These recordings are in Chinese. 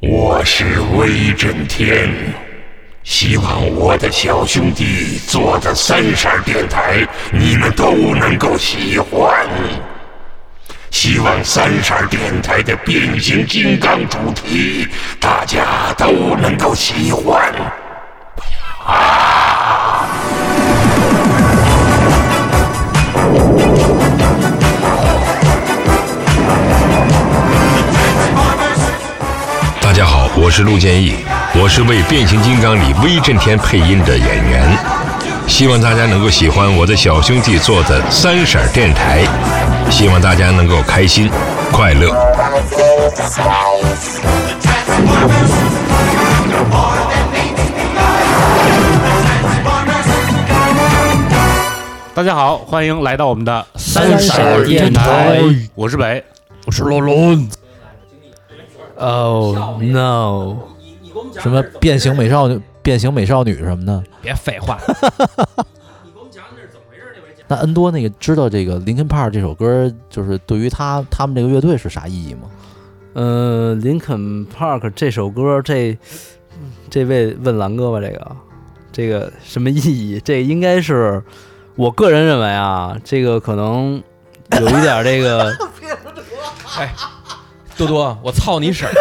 我是威震天，希望我的小兄弟做的三十二电台你们都能够喜欢。希望三十二电台的变形金刚主题大家都能够喜欢。大家好，我是陆建义，我是为《变形金刚》里威震天配音的演员。希望大家能够喜欢我的小兄弟做的三婶电台，希望大家能够开心快乐。大家好，欢迎来到我们的三十十二二电电台，我是北，我是龙龙。Oh no！什么变形美少女、变形美少女什么的？别废话，那恩多那个知道这个《林肯帕 r 这首歌，就是对于他他们这个乐队是啥意义吗？呃，林肯 Park 这首歌，这这位问狼哥吧，这个这个什么意义？这应该是我个人认为啊，这个可能有一点这个多多，我操你婶 儿！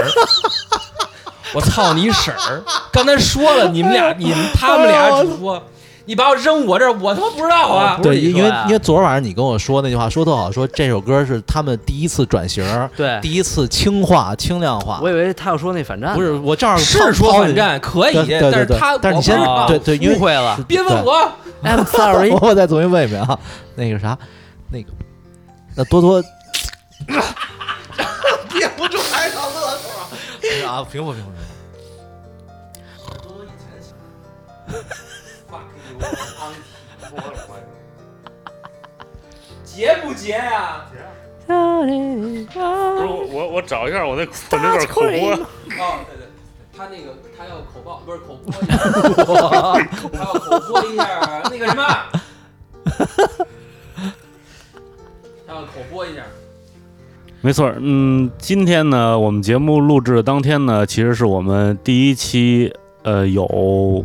我操你婶儿！刚才说了，你们俩，你们他们俩主播，你把我扔我这儿，我他妈不知道啊！对，因为因为为昨儿晚上你跟我说那句话说特好，说这首歌是他们第一次转型，对，第一次轻化、轻量化 我。以为他要说那反战呢，不是，我正好是说反，战可以，对对对但是对他，但是你我先不知啊道对对因为误会了别问我， ，I'm sorry，我我再重新问一遍啊，那个啥，那个那多多憋 不住还想乐啊，平复平复。结不结呀？不是我我我找一下我那我那段口啊播，哦，对对，他那个他要口爆，不是口播一下，他要口播一下那个什么，他要口播一下。没错，嗯，今天呢，我们节目录制的当天呢，其实是我们第一期呃有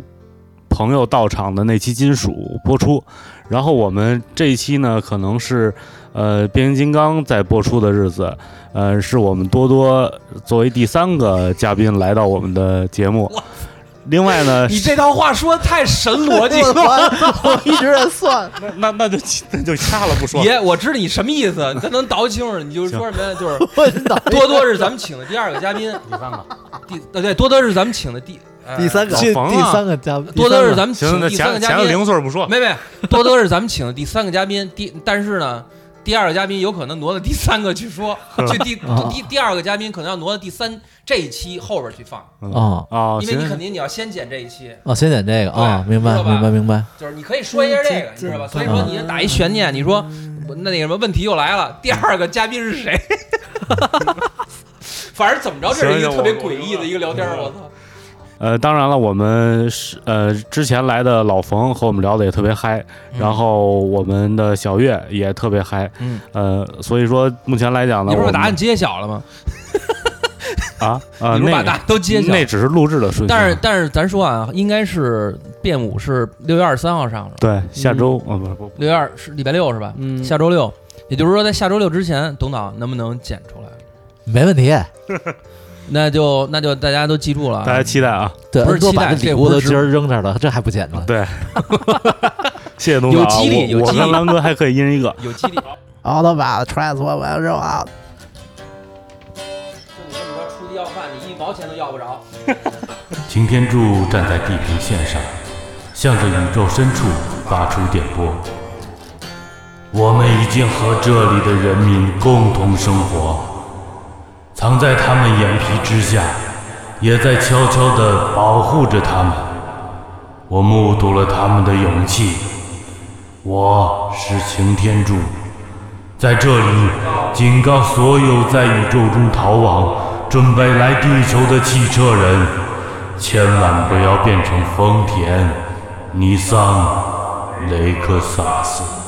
朋友到场的那期金属播出，然后我们这一期呢，可能是呃变形金刚在播出的日子，呃，是我们多多作为第三个嘉宾来到我们的节目。另外 呢，你这套话说的太神逻辑了。 我一直在算，那那就那就掐了不说了。爷，我知道你什么意思，你咱能倒清楚，你就说什么呀？就是多多是咱们请的第二个嘉宾， 第三个，第呃对，多多是咱们请的第呃个第冯啊三个嘉宾，多多是咱们请行，的那第三个前嘉前宾，零碎儿不说，没没，多多是咱们请的第 三个嘉宾，第但是呢，第二个嘉宾有可能挪到第三个 去说，就第啊第第二个嘉宾可能要挪到第三这一期后边去放，啊啊，因为你行肯定你要先剪这一期，啊，先点这个啊，对明白知道吧明白明白，就是你可以说一下这个，你知道吧？所以说你打一悬念，你说我那那什么问题又来了，第二个嘉宾是谁？ 反正怎么着，这是一个特别诡异的一个聊天，我操！呃，当然了，我们是呃之前来的老冯和我们聊的也特别嗨，然后我们的小月也特别嗨，嗯，呃，所以说目前来讲呢，你不是把我们答案揭晓了吗？啊啊，你不是把那答案都揭晓？那只是录制的顺序，但是但是咱说啊，应该是变五是六月二十三号上的，对嗯下周啊不不六月二是礼拜六是吧？嗯下周六，也就是说在下周六之前，董导能不能剪出来？没问题。那就那就大家都记住了啊，大家期待啊，对，不是多期待把这这礼不物是都直今儿扔这儿了，这还不简单？对，谢谢东总啊，有激励有我我激励跟狼哥还可以一人一个，有激励。 奥特曼 transform 肉啊！就你这么着出去要饭，你一毛钱都要不着。擎天柱站在地平线上，向着宇宙深处发出电波。我们已经和这里的人民共同生活，藏在他们眼皮之下，也在悄悄地保护着他们。我目睹了他们的勇气。我是擎天柱，在这里警告所有在宇宙中逃亡、准备来地球的汽车人。千万不要变成丰田、尼桑、雷克萨斯。